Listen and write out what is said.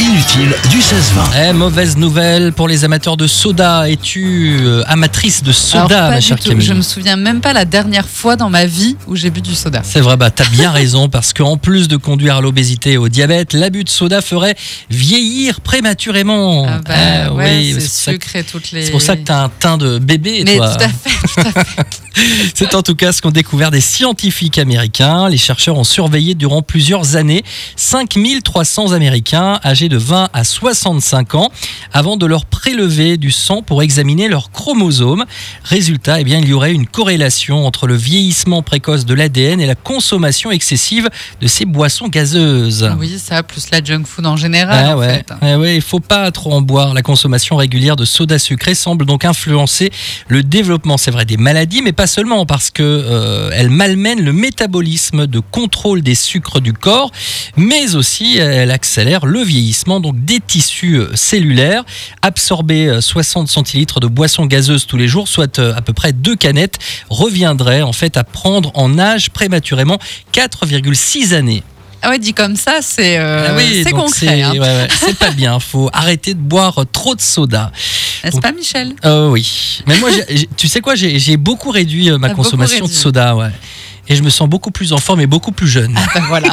fil du 16-20. Eh, mauvaise nouvelle pour les amateurs de soda. Es-tu euh, amatrice de soda, Alors, pas ma du chère tout. Camille Je me souviens même pas la dernière fois dans ma vie où j'ai bu du soda. C'est vrai, bah t'as bien raison parce qu'en plus de conduire à l'obésité et au diabète, l'abus de soda ferait vieillir prématurément. Ah bah, Ah, ouais, oui, c'est c'est pour ça que- sucré toutes les. c'est pour ça que t'as un teint de bébé, Mais toi. tout à fait, tout à fait. C'est en tout cas ce qu'ont découvert des scientifiques américains. Les chercheurs ont surveillé durant plusieurs années 5300 Américains âgés de 20 à 65 ans avant de leur prélever du sang pour examiner leurs chromosomes. Résultat, eh bien, il y aurait une corrélation entre le vieillissement précoce de l'ADN et la consommation excessive de ces boissons gazeuses. Oui, ça, plus la junk food en général. Ah en ouais. fait. Ah ouais, il faut pas trop en boire. La consommation régulière de soda sucré semble donc influencer le développement, c'est vrai, des maladies, mais pas seulement parce que euh, elle malmène le métabolisme de contrôle des sucres du corps, mais aussi elle accélère le vieillissement donc des tissus euh, cellulaires. Absorber euh, 60 centilitres de boissons gazeuses tous les jours, soit euh, à peu près deux canettes, reviendrait en fait à prendre en âge prématurément 4,6 années. Ah ouais, dit comme ça, c'est euh, Ah oui, c'est donc concret. C'est hein. ouais, ouais, c'est pas bien. Faut arrêter de boire trop de soda. N'est-ce pas, Michel Euh, oui. Mais moi, j'ai- j'ai- tu sais quoi, j'ai j'ai beaucoup réduit euh, ma T'as beaucoup consommation de réduit. Ah, soda. Ouais. Et je me sens beaucoup plus en forme et beaucoup plus jeune. Ben voilà.